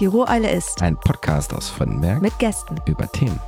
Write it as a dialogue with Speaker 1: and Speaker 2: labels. Speaker 1: Die Ruheule ist
Speaker 2: Ein Podcast aus Föndenberg
Speaker 1: mit Gästen.
Speaker 2: über Themen.